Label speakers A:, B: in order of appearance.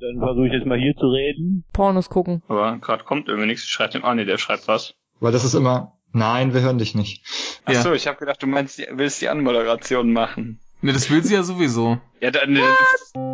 A: Dann versuche ich jetzt mal hier zu reden.
B: Pornos gucken.
C: Aber gerade kommt irgendwie nichts. Schreibt ihm, ah nee, der schreibt was.
D: Weil das ist immer, nein, wir hören dich nicht.
C: Ach so, ich habe gedacht, du meinst, die- willst die Anmoderation machen.
E: Ne, das will sie ja sowieso.
C: Ja, dann. äh,